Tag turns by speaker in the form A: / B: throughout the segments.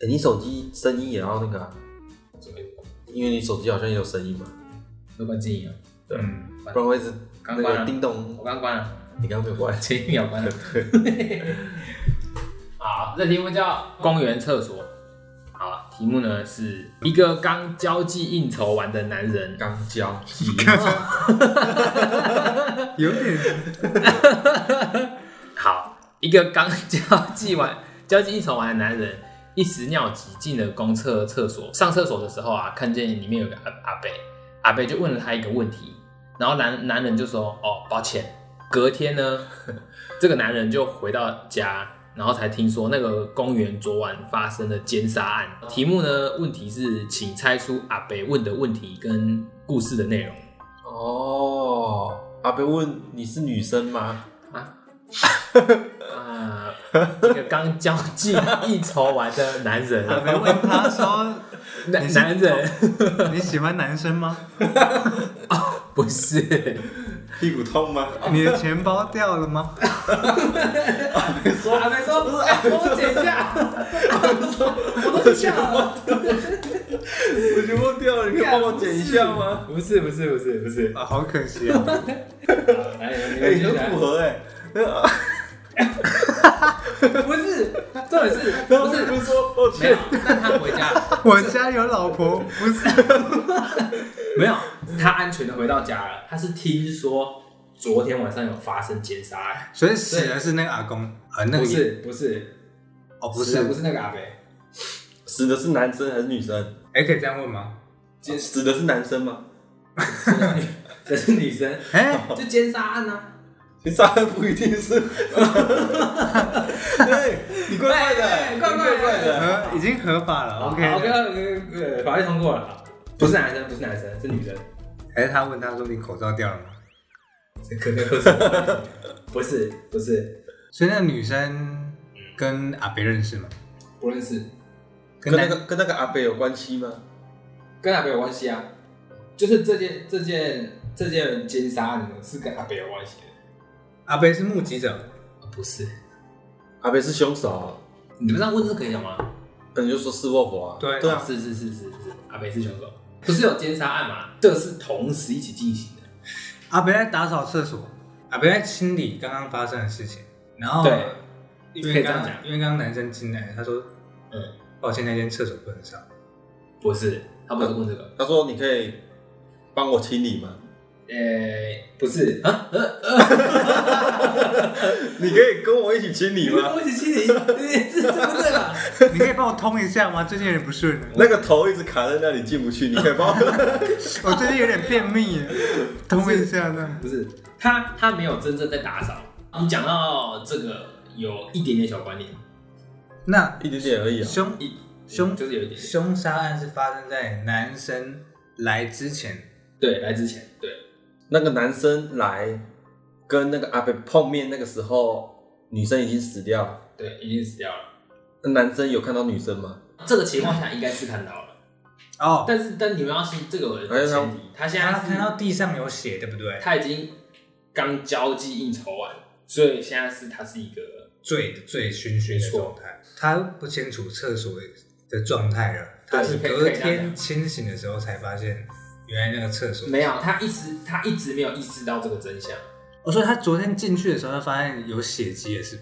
A: 呃你手机声音也要那个啊、
B: 怎么
A: 因为你手机好像也有声音嘛，
B: 有关静音啊？
A: 对，
C: 嗯，
A: 不然会一直那
B: 刚关
A: 个
B: 了
A: 叮
B: 我
A: 咚。
B: 刚关了，
A: 你刚刚没有关，
B: 前一秒关了。 好，这题目叫公园厕所。好，题目呢是一个刚交际应酬完的男人，
A: 刚交际，
C: 有点
B: 好，一个刚交际完、交际应酬完的男人，一时尿急进了公厕厕所。上厕所的时候啊，看见里面有个阿阿伯，阿伯就问了他一个问题，然后男男人就说：“哦，抱歉。”隔天呢， 这个男人就回到家，然后才听说那个公园昨晚发生了奸杀案。题目呢，问题是请猜出阿伯问的问题跟故事的内容
A: 哦，阿贝问你是女生吗？
B: 啊。啊，一个刚交际应酬完的男人，啊
C: 阿没问他说
B: 男男人
C: 你喜欢男生吗？
B: 不是，
A: 屁股痛吗？
C: 你的钱包掉了吗？
B: 阿梅说，帮我剪一下，我都笑了，
A: 我全部掉 了，你可以帮我剪一下吗？
B: 不是不是不是不是，
C: 啊，好可惜啊！
B: 来你
A: 哎，
B: 们
A: 你
B: 剪
A: 很
B: 一下
A: 符合哎。
B: 不是，重点是
A: 然后
B: 不是
A: 不是说哦抱
B: 没有
A: 歉，，
B: 但他回家
C: 我家有老婆，不是
B: 没有，他安全的回到家了，他是听说昨天晚上有发生奸杀案，
C: 所以死的是那个阿公啊，那个
B: 不是不是
C: 哦，不
B: 死的不
C: 是，
B: 是那个阿北，
A: 死的是男生还是女生？
C: 哎，可以这样问吗？
B: 奸
A: 死的是男生吗？
B: 这是女生，
C: 哎，
B: 就奸杀案呢。
A: 其实当然不一定 是。对，你怪怪的，
B: 哎
A: 你
B: 怪怪
A: 怪
B: 的
A: 怪的。
C: 合呃已经合法了，OK
B: 好，OK，
C: 哦的。
B: 呃，法律通过了，不是男生，不是男生，是女生。
C: 还哎是他问他说你口罩掉了吗？
B: 这可能有什么关系？ 不是，不是，
C: 所以那女生跟阿北认识吗？
B: 不认识，
A: 跟那
C: 男
A: 个跟那个阿北有关系吗？
B: 跟阿北有关系啊。就是这件这件这件奸杀案呢，是跟阿北有关系的。嗯
C: 阿北是目击者，
B: 啊不是，
A: 阿北是凶手，
B: 你不知道问这可以讲吗？哦
A: 那你就说是卧佛啊？
C: 对
A: 对啊，
B: 是是是是是，阿北是凶手，不是有奸杀案嘛？这是同时一起进行的。
C: 阿北在打扫厕所，阿北在清理刚刚发生的事情，然后
B: 对
C: 因
B: 可
C: 为
B: 以这样
C: 刚
B: 讲
C: 因为刚刚男生进来，他说哦
B: 嗯，
C: 抱歉那间厕所不能上，
B: 不是，他不是问这个。
A: 他说你可以帮我清理吗？
B: 呃，不是啊，
A: 你可以跟我一起清理
B: 你
A: 吗？
B: 一起清理，这这不对吧？
C: 你可以帮我通一下吗？最近有点不顺了，
A: 那个头一直卡在那里进不去，你可以帮我。
C: 我最近有点便秘耶，通一下呢。
B: 不是，他他没有真正在打扫。你讲到这个有一点点小关联，
C: 那
A: 一点点而已啊。
C: 凶
B: 一
C: 凶
B: 嗯就是有一点点
C: 凶杀案是发生在男生来之前，
B: 对，来之前对，
A: 那个男生来跟那个阿北碰面那个时候，女生已经死掉了。
B: 对，已经死掉了。
A: 那男生有看到女生吗？
B: 这个情况下应该是看到了，
C: 哦，
B: 但是但你们要是这个有
A: 哎
B: 个
A: 他
B: 前提，他现在
C: 他
B: 是
C: 看到地上有血，对不对？
B: 他已经刚交际应酬完，所以现在是他是一个
C: 醉的醉醺醺的状态，他不清楚厕所的状态了，
B: 对
C: 他是
B: 可以
C: 隔
B: 可以这样
C: 天
B: 讲
C: 清醒的时候才发现，原来那个厕所
B: 没有，他一直他一直没有意识到这个真相，
C: 我哦说他昨天进去的时候，他发现有血迹也是，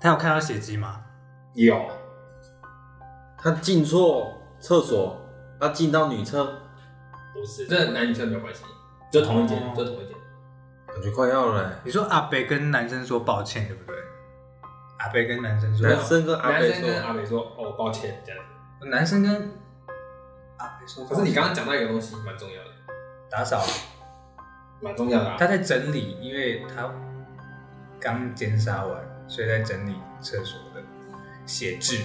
C: 他有看到血迹吗？
B: 有
A: 他进错厕所，他进到女厕，
B: 不是这男女厕没有关系，就同一间，
C: 哦
B: 就同一间，
A: 感觉快要了、欸。
C: 你说阿北跟男生说抱歉，对不对？阿北跟男生说，
A: 男生跟阿
B: 男
A: 北
B: 生跟
A: 说，
B: 阿北说哦抱歉这样子，
C: 男生跟阿北说抱歉，
B: 可是你刚刚讲到一个东西蛮重要的，
C: 打扫，
B: 蛮重要的啊，
C: 他在整理，因为他刚奸杀完，所以在整理厕所的血渍。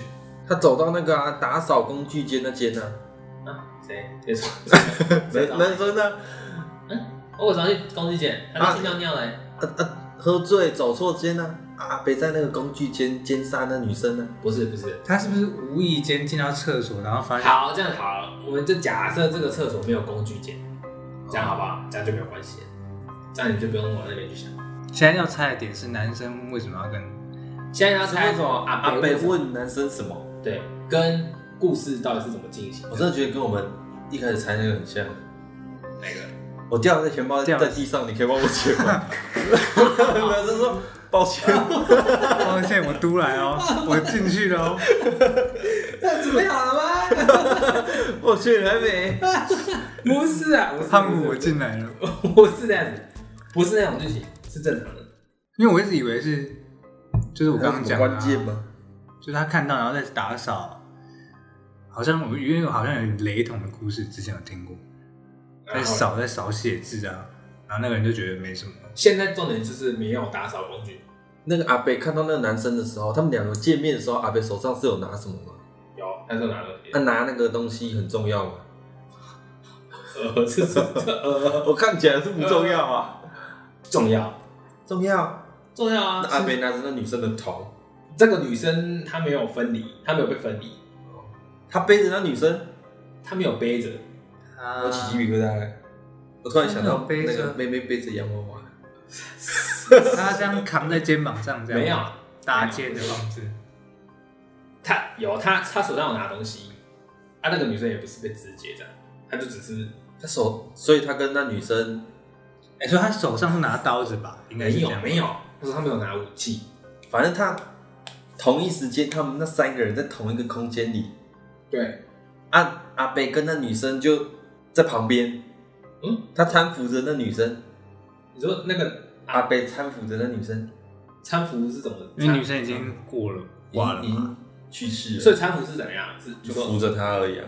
A: 他走到那个、啊、打扫工具间那间呢、啊，
B: 啊谁谁 说？谁
A: 男
B: 说
A: 男生呢、
B: 哦我早上去公司捡，他去尿尿嘞。
A: 啊啊，喝醉走错间呢、啊，阿北在那个工具间奸杀那女生啊呢、
B: 不是不是，
C: 他是不是无意间进到厕所，然后发现
B: 好，这样好了，我们就假设这个厕所没有工具间，这样好不好？这样就没有关系了，这样你就不用往那边去想。
C: 现在要猜的点是 男生为什么要跟
B: 现在要猜
A: 为什么
B: 阿
A: 阿
B: 北
A: 啊北
B: 问什么，
A: 问男生什么？
B: 对，跟故事到底是怎么进行 的？
A: 我真的觉得跟我们一开始猜那个很像。
D: 哪个？
A: 我掉了那钱包
C: 掉
A: 在
C: 了
A: 地上，你可以帮我捡 吗？男生说抱歉，
C: 抱歉，我嘟来 哦，我进去了哦。
B: 准备好了吗？
A: 我去还没。
B: 不是啊，我是
C: 胖虎，
B: 不
C: 我
B: 是
C: 进来了，
B: 不是这样子，不是那种剧情，是正常的。
C: 因为我一直以为是，就是我刚刚讲的啊
A: 关键吗？
C: 就是他看到然后再打扫，好像我因为我好像有雷同的故事，之前有听过，在
B: 然后
C: 扫在扫写字啊，然后那个人就觉得没什么，
B: 现在重点就是没有打扫工具，
A: 那个阿贝看到那个男生的时候，他们两个见面的时候，阿贝手上是有拿什么吗？
B: 有，但是我拿了
A: 他、拿那个东西很重要吗？
B: 呃，这是这呃
A: 我看起来是不重要啊，
B: 重要
A: 重要。
B: 重要啊
A: 那！阿贝拿着那女生的头，
B: 这个女生她没有分离，她没有被分离，
A: 他背着那女生，
B: 她没有背着，
A: 我起鸡皮疙瘩了。我突然想到
C: 真的
A: 那
C: 有背着
A: 个妹妹背着洋娃娃，
C: 他这样扛在肩膀上这样，
B: 没有
C: 搭肩的方式，
B: 她有她她手上有拿东西，啊，那个女生也不是被肢解这样，她就只是
A: 他手，所以他跟那女生
C: 哎，所以他手上是拿刀子吧？应该是
B: 没
C: 这
B: 有
C: 样，
B: 没有，她说她没有拿武器，
A: 反正他同一时间，他们那三个人在同一个空间里，
B: 对，
A: 阿阿贝跟那女生就在旁边，
B: 嗯，
A: 他搀扶着那女生，
B: 你说那个
A: 阿贝搀扶着那女生，
B: 搀扶是怎么？
C: 因为女生已经过了挂了
A: 已
C: 嘛，
A: 经去世了，
B: 嗯所以搀扶是怎么样？是
A: 就
B: 就
A: 扶
B: 说
A: 着她而已啊。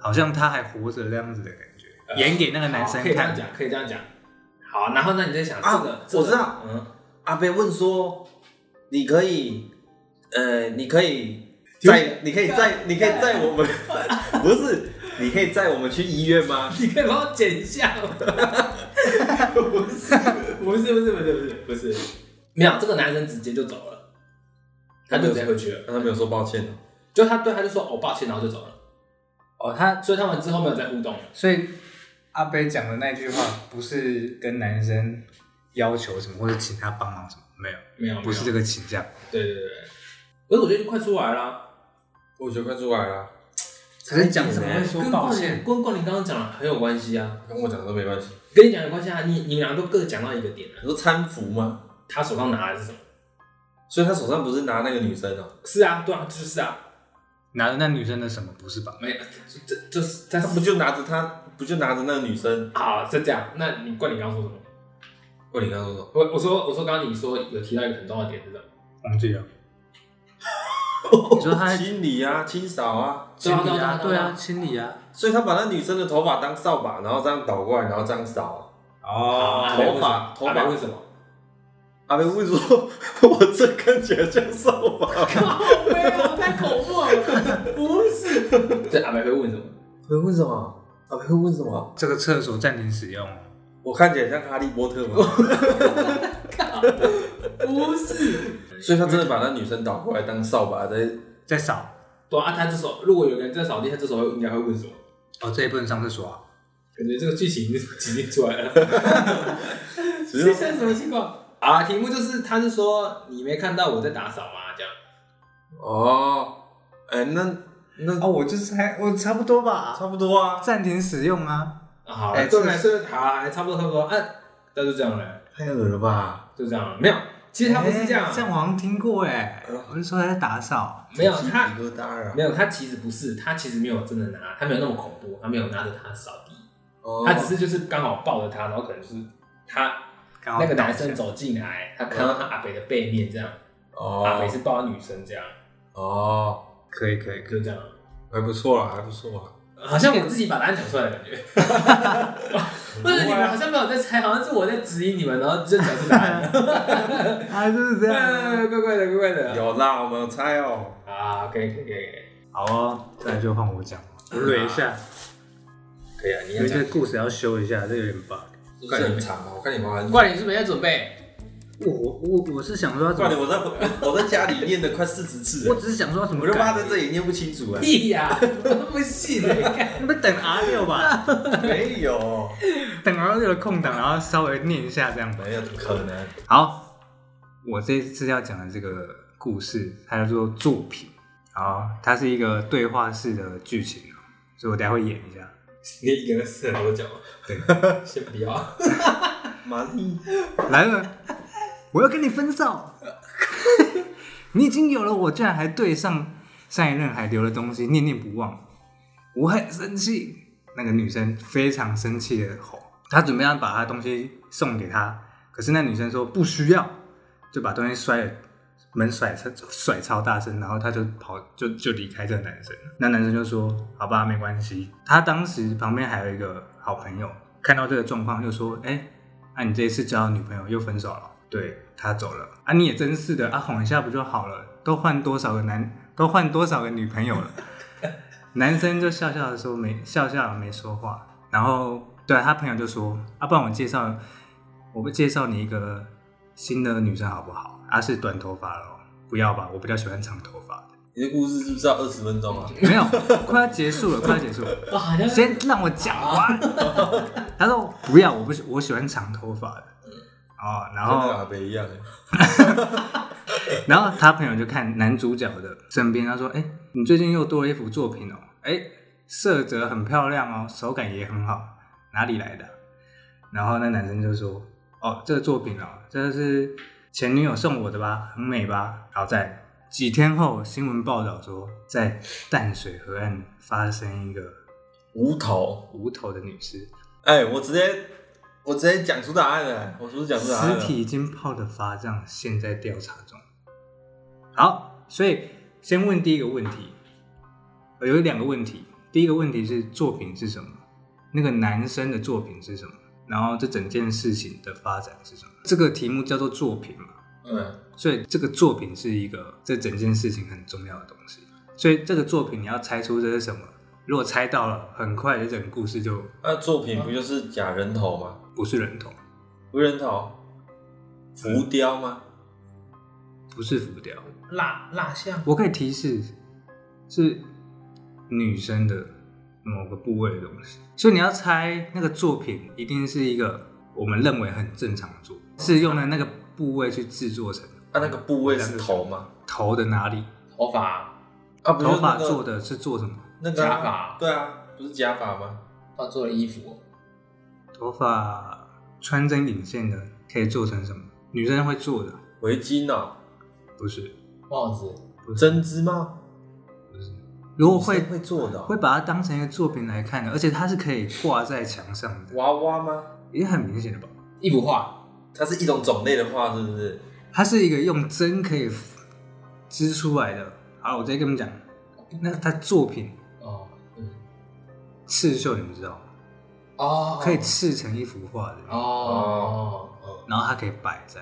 C: 好像他还活着这样子的感觉，
B: 呃
C: 演给那个男生
B: 好可以这样
C: 看，
B: 讲，可以这样讲。好，然后那你在想
A: 啊
B: 这个，
A: 我知道
B: 这个嗯，
A: 阿贝问说：“你可以，呃，你可以
B: 停
A: 载，你可以载，你可以载我们， 不是，你可以载我们去医院吗
B: 你可以帮我剪一下吗？ 不是，不是，不是，不是，不是，没有，这个男生直接就走了，他就直接回去？”了。
A: 但他没有说抱歉哦
B: 就他对他就说哦抱歉，然后就走了。
C: 哦，他
B: 所以他们之后没有再互动了。
C: 所以
D: 阿北讲的那句话不是跟男生
C: 要求什么或者请他帮忙什么没有，
B: 没有，
C: 不是这
B: 个。
C: 个倾向，
B: 对对对对。可是我觉得就快出来啦。
A: 我觉得快出来了，
C: 可是讲什么会说
B: 跟
C: 抱
B: 冠
C: 歉
B: 霖，？跟冠霖刚刚讲的很有关系啊。
A: 跟我讲的都没关系。
B: 跟你讲有关系啊，你你们俩都各讲到一个点啊。
A: 你说搀扶吗？
B: 他手上拿的是什么？
A: 所以他手上不是拿那个女生哦，
B: 是啊，对啊，就是啊，
C: 拿着那女生的什么不是吧？
B: 没有，这这就是他
A: 他不就拿着她，不就拿着那个女生？
B: 啊是这样。那你冠霖刚刚说什么？
A: 问你刚刚说什么？
B: 我我说我说刚刚你说有提到一个很重要的点是什么？
C: 忘记了。你说 他
A: 清理啊，清扫啊，
C: 清理
B: 对啊对啊
C: 啊，
B: 对啊
C: 对啊，清理啊，
A: 所以他把那女生的头发当扫把，然后这样倒过来，然后这样扫啊。
C: 哦
B: 阿
A: 头
B: 北
A: 发
B: 为什么
A: 头发
B: 阿北为什么？
A: 阿贝问说：“ 我这看起来像扫把。
B: 没 有，太恐怖了， 不是。这阿北会问什么？”
A: 会问什么？阿贝会问什么？
C: 这个厕所暂停使用。
A: 我看起来像哈利波 特吗？
B: 不是。
A: 所以他真的把那女生倒过来当扫把在。
C: 再扫
B: 对啊，他这时候如果有个人在扫地，他这时候应该会问什么？
C: 哦，这也不能上厕所啊。
B: 感觉这个剧情已经出来了。
A: 只是
B: 在什么情况？啊，题目就是，他是说你没看到我在打扫吗？这样，
A: 哦，哎、那那
C: 哦，我就是猜，我差不多吧，
A: 差不多啊。
C: 暂停使用啊。
B: 啊好，
C: 哎
B: 对
C: 这
B: 来说，好啊，差不多，差不多，啊，那就这样了，
A: 太恶了吧？
B: 就这样了，没有，其实他不是这样
C: 哎，这样我好像听过哎
A: 嗯，
C: 我是说他在打扫，
B: 没有
A: 鸡皮
B: 他
A: 疙瘩啊
B: 没！有，他其实不是，他其实没有真的拿，他没有那么恐怖，他没有拿着他扫地，
A: 哦
B: 他只是就是刚好抱着他，然后可能就是他
C: 刚好
B: 那个男生走进来，他看到他阿北的背面这样，阿北
A: 哦
B: 是抱着女生这样，
A: 哦，
C: 可以可以可以，
B: 就这样。
A: 还不错啊啦，还不错啦。
B: 好像我自己把答案讲出来的感觉，不是你们好像没有在猜，好像是我在指引你们，然后就讲出答案。
C: 啊就是这样。
B: 哎怪怪的，怪怪的。
A: 有啦，我们有猜哦。
B: 啊，可以，可以，可以，
C: 好哦，再来就换我讲了，我捋一下，
B: 可以啊！你
C: 因
B: 要
C: 为这
B: 讲
C: 个。故事要修一下，这有点 bug。
A: 我看你很长啊，我看你花很
B: 怪你是没在准备？
C: 我我我是想说他怎
A: 怪你，我
C: 么，
A: 在我在家里念了快四十次
C: 我
A: 了，
C: 只是想说他怎么
A: 我
C: 改
A: 就
C: 的，
A: 怕在这里念不清楚哎。
B: 屁呀！ 我都不信欸的，干
C: 你们等 R 六 吧，
A: 没有，
C: 等 R 六的空档，然后稍微念一下这样吧。
A: 没有，怎么可能？
C: 好，我这次要讲的这个故事，它叫做作品。好，它是一个对话式的剧情哦，所以我等一下会演一下。
B: 你一个人四很多脚，
C: 对，
B: 先不 要。
A: 玛丽，
C: 来了，我要跟你分手。 你已经有了我，居然还对上上一任还留了东西，念念不忘。我很生气。那个女生非常生气的吼，她准备要把她东西送给他，可是那女生说不需要，就把东西摔了门甩超甩超大声，然后他就跑就就离开这个男生。那男生就说：“好吧，没关系。”他当时旁边还有一个好朋友，看到这个状况就说：“哎、那、你这一次交的女朋友又分手了？对他走了啊，你也真是的啊，哄一下不就好了？都换多少个男，都换多少个女朋友了？”男生就笑笑的说没笑笑没说话，然后对他朋友就说：“啊，不然我介绍，我不介绍你一个新的女生好不好？啊，是短头发咯，不要吧，我比较喜欢长头发的。
A: 你的故事是不是要二十分钟啊？
C: 没有，快要结束了，快要结束了。
B: 哇，好像
C: 先让我讲完。他说不要，我不喜我喜欢长头发的。哦，然
A: 跟那个
C: 后
A: 阿北一样欸，
C: 然后他朋友就看男主角的身边，他说：“哎、你最近又多了一幅作品哦，哎、色泽很漂亮哦，手感也很好，哪里来的啊？”然后那男生就说：“哦，这个作品哦，这是前女友送我的吧，很美吧？”然后在几天后，新闻报道说，在淡水河岸发生一个
A: 无头。
C: 无头的女尸，
A: 哎，我直接我直接讲出答案了，我是不是讲出答案
C: 尸
A: 了？
C: 体已经泡的发胀，现在调查中。好，所以先问第一个问题，呃有两个问题。第一个问题是作品是什么？那个男生的作品是什么？然后这整件事情的发展是什么？这个题目叫做作品嘛，
B: 嗯，
C: 所以这个作品是一个这整件事情很重要的东西。所以这个作品你要猜出这是什么，如果猜到了，很快这整个故事就
A: 那作品不就是假人头吗？
C: 不是人头，
A: 无人头，浮雕吗？
C: 不是浮雕，
B: 蜡蜡像，
C: 我可以提示，是女生的某个部位的东西，所以你要猜那个作品一定是一个我们认为很正常的作品，是用了那个部位去制作成的。
A: 啊，那个部位是头吗？
C: 头的哪里？
B: 头发，
A: 啊，不是
C: 头
A: 那
C: 发
A: 个
C: 做的是做什么？
A: 那个啊
B: 假发
A: 对啊，不是假发吗？
B: 他做的衣服，
C: 头发穿针引线的可以做成什么？女生会做的，
A: 围巾哦，
C: 不是？
B: 帽子，
C: 不是
A: 针织帽，
C: 如果会
A: 女生会做的哦
C: 会把它当成一个作品来看的，而且它是可以挂在墙上的，
A: 娃娃吗？
C: 也很明显的吧？
B: 一幅画，
A: 它是一种种类的话，是不是？
C: 它是一个用针可以织出来的。好，我直接跟你们讲，那它作品
B: 哦，嗯，
C: 刺绣，你们知道吗？
B: 哦，
C: 可以刺成一幅画的，
B: 哦，哦，哦，
C: 然后它可以摆在，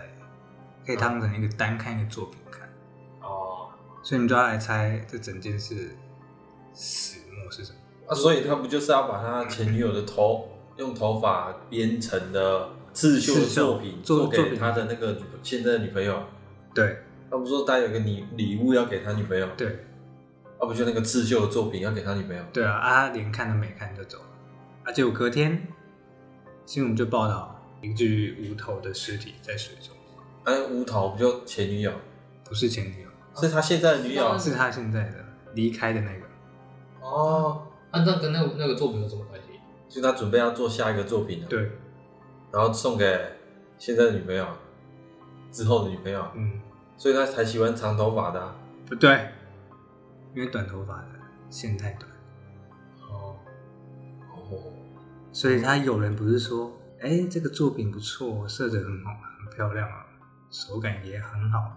C: 可以当成一个单看一个作品看。
B: 哦，
C: 所以你们就要来猜这整件事始末是什么？
A: 啊，所以他不就是要把他前女友的头用头发编成的刺绣的
C: 刺绣
A: 作品
C: 做
A: 做
C: 作
A: 给
C: 品
A: 他的那个女现在的女朋友？
C: 对
A: 他不是说他有个礼礼物要给他女朋友？
C: 对
A: 啊，不就那个刺绣的作品要给他女朋友？
C: 对啊！啊，他连看都没看就走了，而且我隔天新闻就报道一具无头的尸体在水中，
A: 哎、无头不就前女友？
C: 不是前女友，
A: 是他现在的女友
B: 啊
C: 是他现在的离开的那个。
A: 哦，
B: 啊，那跟那个那个作品有什么关系？
A: 就他准备要做下一个作品了，，
C: 对，
A: 然后送给现在的女朋友，之后的女朋友，
C: 嗯，
A: 所以他才喜欢长头发的啊、
C: 不对，因为短头发的线太短，
B: 哦，
A: 哦，
C: 所以他有人不是说，哎、这个作品不错，色泽很好，很漂亮啊，手感也很好。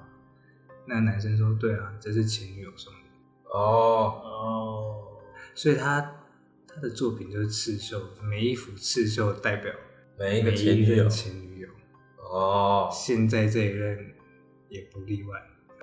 C: 那男生说，对啊，这是前女友送的，
A: 哦，
B: 哦，
C: 所以他他的作品就是刺绣，每一幅刺绣代表
A: 每一个
C: 每
A: 前
C: 一
A: 女友
C: 任，前女友，
A: 哦，
C: 现在这一任也不例外，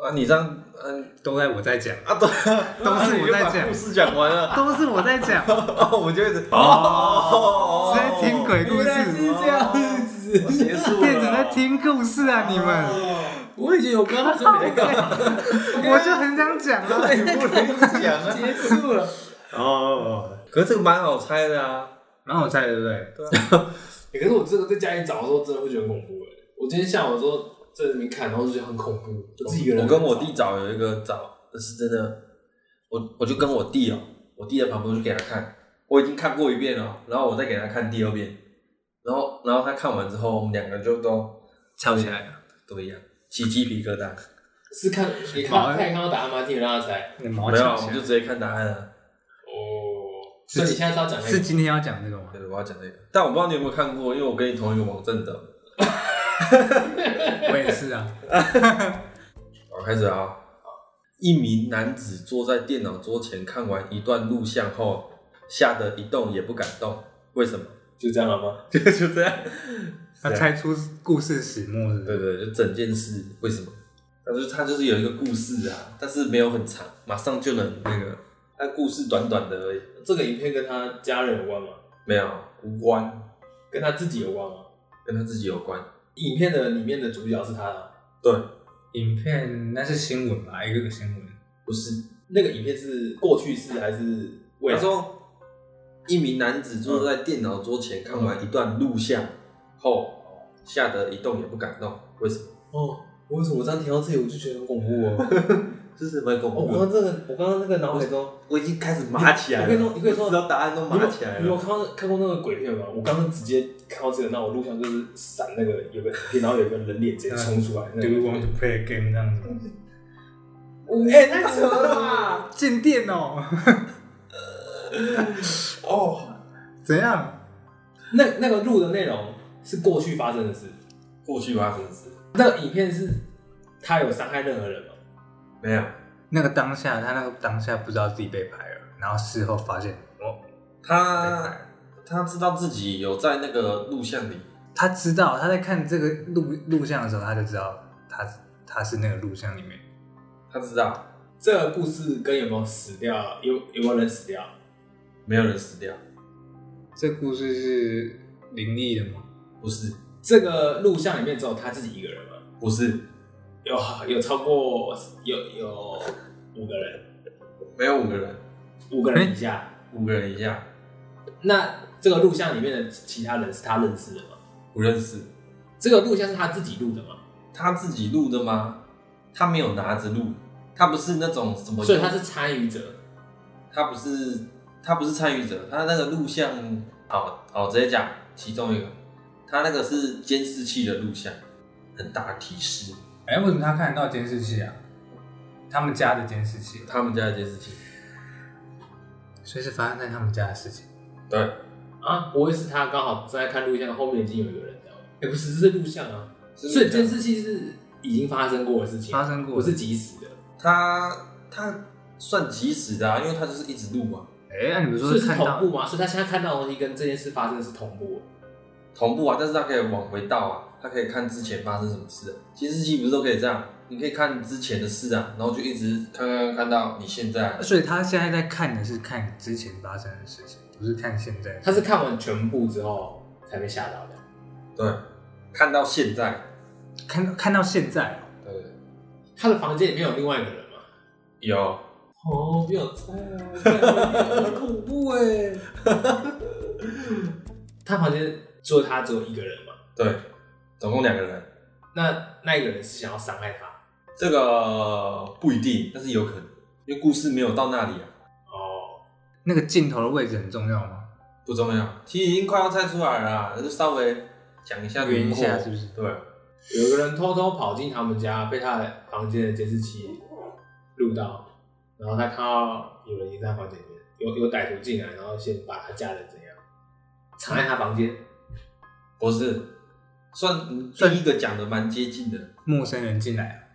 A: 啊，你这样，嗯、
C: 都在我在讲，
A: 啊，都
C: 都
A: 啊
C: 是我在
A: 你就把
C: 讲
A: 故事讲完了，
C: 都是我在讲，
A: 哦，我就一直
C: 哦
A: 哦，
C: 是在听鬼故
B: 原来是
C: 事，
B: 这样子，
A: 我结束了，
C: 变成在听故事啊，你们。
A: 哦
B: 我以前有跟他说你在干嘛，
C: 我就很想讲啊，
A: 你哎不能讲啊，
B: 结束了，
C: 哦，
A: 可是这个蛮好猜的啊。
C: 蛮好猜的，对不对？
B: 欸可是我真的在家里找的时候，真的会觉得很恐怖哎、我今天下午的时候在那边看，然后就觉得很恐怖，就自己一个人。
A: 我跟我弟找有一个找，是真的我我就跟我弟哦，我弟在旁边我就给他看，我已经看过一遍了，然后我再给他看第二遍，然后然后他看完之后，我们两个就都
C: 吵起来了。
A: 都一样，起鸡皮疙瘩。
B: 是看你
C: 毛
B: 看，
C: 欸
B: 看看到答案吗？听你让他猜。
C: 你毛
A: 没有，啊
C: 吵
A: 我
C: 起
A: 们就
C: 来
A: 直接看答案啊。
B: 哦，所以你现在是要讲那
C: 是
B: 个？
C: 今天要讲这个吗？
A: 对，我要讲这个，但我不知道你有没有看过，因为我跟你同一个网站的。
C: 我也是啊。
A: 好，开始啊！一名男子坐在电脑桌前看完一段录像后，吓得一动也不敢动，为什么？
B: 就这样了吗？
A: 就就这样。
C: 他猜出故事始末是不
A: 对
C: 是？
A: 对，就整件事为什么？他就是他就是有一个故事啊，但是没有很长，马上就能那个。他故事短短的而已，
B: 这个影片跟他家人有关吗？
A: 没有无关，
B: 跟他自己有关吗？
A: 跟他自己有关。
B: 影片的里面的主角是他啊吗，
A: 对，
D: 影片那是新闻吧，一个个新闻。
A: 不是。
B: 那个影片是过去式还是未
A: 他
B: 来？
A: 说，一名男子坐在电脑桌前看完一段录像后，吓得一动也不敢动，为什么？
B: 哦，我为什么我这样听到这里我就觉得很恐怖 哦？
A: 这是蛮恐
B: 哦，我
A: 怖
B: 刚
A: 的。
B: 刚这个，我刚刚那个脑海中，
A: 我已经开始麻起来了。
B: 你可以说你可以说
A: 我知道答案都
B: 你有
A: 麻起来
B: 你有
A: 了。
B: 看到看过那个鬼片吗？我刚刚直接看到这个，那我录像就是闪那个有个影片，然后有一个人脸直接冲出来，那
D: Do
B: 个
D: you want to play a game 这样子吗？
B: 哎，太扯了吧！
C: 进店 哦，
B: 哦，
C: 怎样？
B: 那那个录的内容是过去发生的事，
A: 过去发生的事
B: 那个影片是他有伤害任何人吗？
A: 没有，
C: 那个当下，他那个当下不知道自己被拍了，然后事后发现，哦，被拍
A: 他
C: 了
A: 他知道自己有在那个录像里，
C: 他知道他在看这个录录像的时候，他就知道他他是那个录像里面。
A: 他知道
B: 这个故事跟有没有死掉，有有没有人死掉？
A: 没有人死掉，
C: 这故事是灵异的吗？
A: 不是
B: 这个录像里面只有他自己一个人吗？
A: 不是
B: 有有超过有有五个人，
A: 没有五个人，
B: 五个人以下。
A: 五个人以下
B: 那这个录像里面的其他人是他认识的吗？
A: 不认识。
B: 这个录像是他自己录的吗？
A: 他自己录的吗？他没有拿着录，他不是那种什么，
B: 所以他是参与者。
A: 他不是他不是参与者，他那个录像，好好直接讲其中一个，他那个是监视器的录像，很大的提示，
C: 哎、为什么他看得到监视器啊？
D: 他们家的监视器，
A: 他们家的监视器，
C: 所以是发生在他们家的事情。
A: 对，
B: 啊，不会是他刚好正在看录像，后面已经有一个人这样吗？哎、不是，这是录像啊，
A: 是
B: 所以监视器是已经发生过的事情，
C: 发生过
B: 不是即时的，
A: 他他算及时的、啊，因为他就是一直录嘛，
C: 哎、那你们
B: 所
C: 说
B: 以
C: 是
B: 是
C: 看
B: 同
C: 到
B: 步嘛？所以他现在看到的东西跟这件事发生的是同步的，
A: 同步啊，但是他可以往回倒啊，他可以看之前发生什么事、啊，监视器不是都可以这样，你可以看之前的事啊，然后就一直看看看看到你现在啊，
C: 所以他现在在看的是看之前发生的事情，不是看现在。
B: 他是看完全部之后才被吓到的。
A: 对，看到现在。
C: 看看到现在哦，
A: 对，
B: 他的房间里面有另外一个人吗？
A: 有
B: 哦，不想猜啊，很恐怖哎、 他房间除了他只有一个人嘛，
A: 对，总共两个人，
B: 那那一个人是想要伤害他
A: 这个不一定，但是有可能，因为故事没有到那里啊，
B: 哦，
C: 那个镜头的位置很重要吗？
A: 不重要。其实已经快要猜出来了啦，就稍微讲一下轮
C: 圆一
A: 廓，
C: 下是不是？
A: 对，
B: 有个人偷偷跑进他们家，被他的房间的监视器录到，然后他看到有人已经在他房间里面，有有歹徒进来，然后先把他家人怎样藏在他房间，
A: 不是，算
C: 算
A: 第一个讲的蛮接近的，
C: 陌生人进来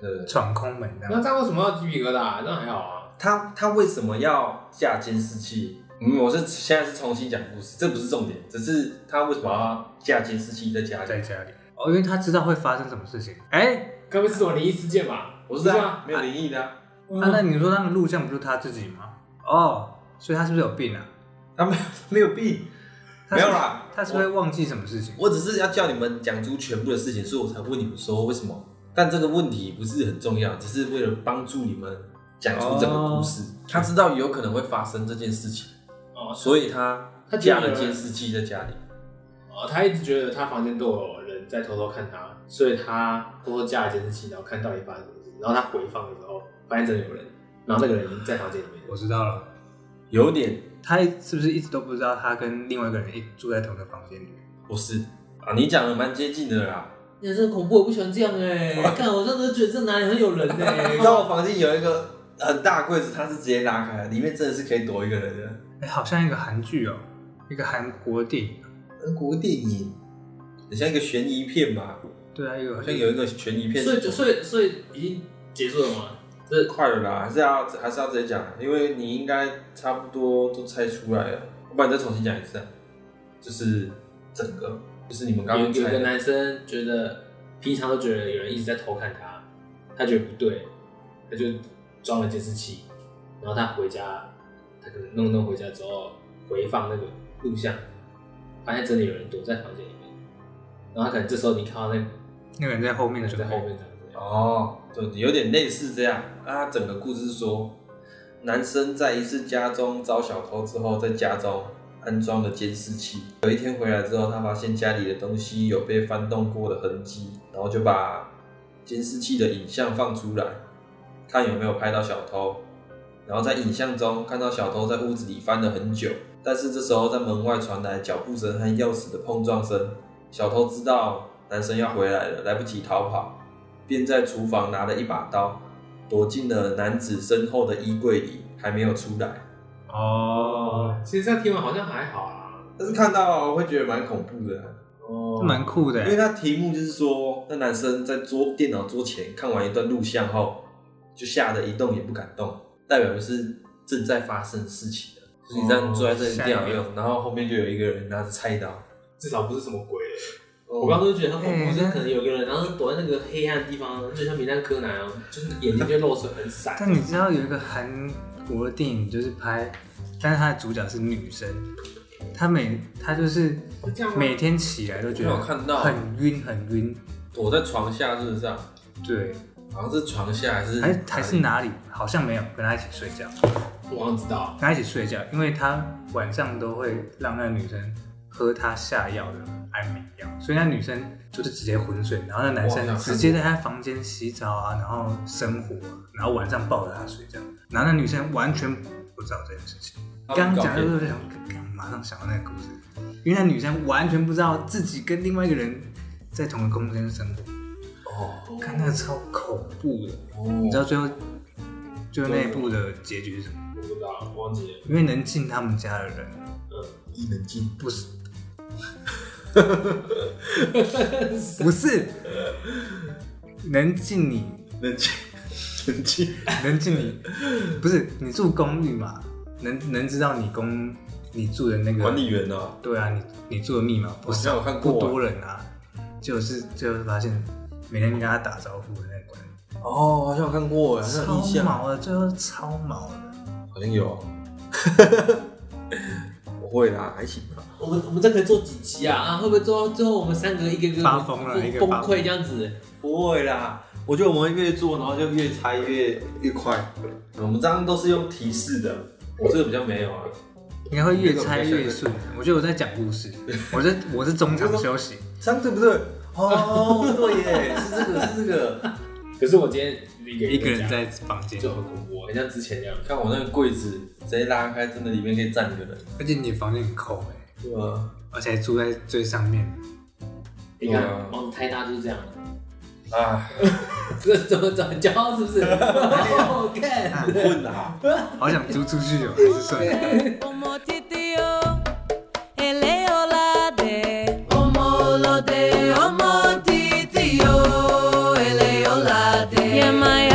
A: 对不对？
C: 闯空门这
B: 那
C: 样，
B: 他为什么要鸡皮疙瘩、那还好啊，
A: 他他为什么要架监视器？嗯，我是现在是重新讲故事，这不是重点，只是他为什么要架监视器在家
C: 在
A: 里？
C: 家里哦，因为他知道会发生什么事情。哎、
B: 该不会是什么灵异事件吧？
A: 不是啊
B: 啊，，
A: 没有灵异的啊、
B: 嗯
C: 啊，那你说那个录像不就是他自己吗？哦，所以他是不是有病啊？
A: 他没有 没有病，
C: 他
A: 没
C: 是
A: 有啦，
C: 他是不是会忘记什么事情？
A: 我只是要叫你们讲出全部的事情，所以我才问你们说为什么。但这个问题不是很重要，只是为了帮助你们讲出整个故事。他知道有可能会发生这件事情，
B: 哦，
A: 所以他
B: 他觉
A: 架
B: 得有
A: 了
B: 人
A: 监视器在家里。
B: 哦，他一直觉得他房间都有人在偷偷看他，所以他偷偷架了监视器，然后看到底发生什么事。然后他回放的时候，发现真的有人，然后那个人在房间里面，
D: 我知道了，
A: 有点
C: 他是不是一直都不知道他跟另外一个人一住在同一个房间里面？
A: 不是啊，你讲的蛮接近的啦。
B: 人生恐怖，我不喜欢这样哎、 看我真的觉得这哪里很有人呢、
A: 你知道我房间有一个很大柜子，它是直接拉开，里面真的是可以躲一个人的。
C: 哎、好像一个韩剧哦，一个韩国电影。
A: 韩国电影很像一个悬疑片吧？
C: 对啊，一个
A: 好像有一个悬疑片，
B: 所以就所以所以已经结束了吗？这
A: 快了啦，还是要还是要直接讲，因为你应该差不多都猜出来了，不然你再重新讲一次啊、就是整个，就是你们刚
B: 有
A: 刚
B: 有
A: 猜
B: 个
A: 的，
B: 男生觉得平常都觉得有人一直在偷看他，他觉得不对，他就装了监视器，然后他回家，他可能弄弄回家之后回放那个录像，发现真的有人躲在房间里面，然后他可能这时候你看到那个
C: 那个人在后面
B: 人
C: 准
B: 在
C: 备
B: 后面这样子，
A: 哦，就有点类似这样。啊，整个故事是说，男生在一次家中遭小偷之后，在家中安装了监视器。有一天回来之后，他发现家里的东西有被翻动过的痕迹，然后就把监视器的影像放出来，看有没有拍到小偷。然后在影像中看到小偷在屋子里翻了很久，但是这时候在门外传来脚步声和钥匙的碰撞声。小偷知道男生要回来了，来不及逃跑，便在厨房拿了一把刀，躲进了男子身后的衣柜里，还没有出来。
C: 哦，
B: 其实这样听完好像还好啊，
A: 但是看到我会觉得蛮恐怖的，啊
B: 哦
C: 蛮酷的
A: 因
C: 欸。
A: 为他题目就是说，那男生在桌电脑桌前看完一段录像后，就吓得一动也不敢动，代表就是正在发生事情了。就是你这
C: 哦
A: 样坐在这里电脑用，然后后面就有一个人拿着菜刀。
B: 至少不是什么鬼。
A: 我
B: 我刚刚就觉得他恐
C: 哎
B: 怖，就
C: 那
B: 可能有个人，然后躲在那个黑暗的地方，就像名侦探柯南啊，就是眼睛就露出很闪。
C: 但你知道有一个韩国的电影就是拍，但是它的主角是女生，她每她就是
B: 会这样吗
C: 每天起来都觉
A: 没有
C: 得
A: 看到
C: 很晕很晕，
A: 躲在床下是不是啊？
C: 对，
A: 好像是床下还是
C: 还是还是哪里好像没有跟她一起睡觉，
B: 我好像知道，
C: 跟她一起睡觉，因为她晚上都会让那个女生喝她下药的安眠药，所以那女生就是直接昏睡，然后那
A: 哇那
C: 男生
A: 看过
C: 直接在她房间洗澡啊，然后生活啊、然后晚上抱着她睡觉，然后那女生完全不知道这件事情。刚刚讲到这个，刚马上想到那个故事，因为那女生完全不知道自己跟另外一个人在同一个空间生活，
A: 哦
C: 看那个超恐怖的。你知
A: 哦，
C: 道最后最后那一部的结局是什么？
B: 我不知道，忘记了。
C: 因为能进他们家的人
A: 伊能静
C: 不 是，不是能进你
A: 能静能静
C: 能进你，不是你住公寓嘛？能能知道你公你住的那个
A: 管理员啊。
C: 对啊，你你住的密码不
A: 好像有看过
C: 不多人啊，就是最后发现每天跟他打招呼的那个管理，
A: 哦，好像有看过，好像有印
C: 超
A: 象，
C: 毛的，最后超毛的。
A: 好像有。 我会啦，还行吧。
B: 我们我们这可以做几集啊？啊，会不会做到最后我们三个一个一个
C: 发疯了一个
B: 崩
C: 发疯
B: 溃这样子？
A: 不会啦，我觉得我们越做，然后就越猜越越快。我们这样都是用提示的，我这个比较没有啊。
C: 你还会越猜越顺，我觉得我在讲故事，我在我是中场休息，
A: 这样对不对？哦，对耶，是这个，是这个。
B: 可是我今天一个
C: 一个人
B: 讲
C: 在房间，
B: 就很恐怖，很像之前那样。
A: 看我那个柜子直接拉开，真的里面可以站一个人，
C: 而且你房间很空哎、
A: 对吧？
C: 而且还住在最上面，
B: 你
A: 对啊
B: 看，房子太大就是这样。
A: 啊，
B: 这怎么转交是不 是？我看，
A: 很 混啊。
C: 好想租出去哦，还是算了。
E: Omotitio, eleolade, omolode, omotitio, eleolade. Yeah, my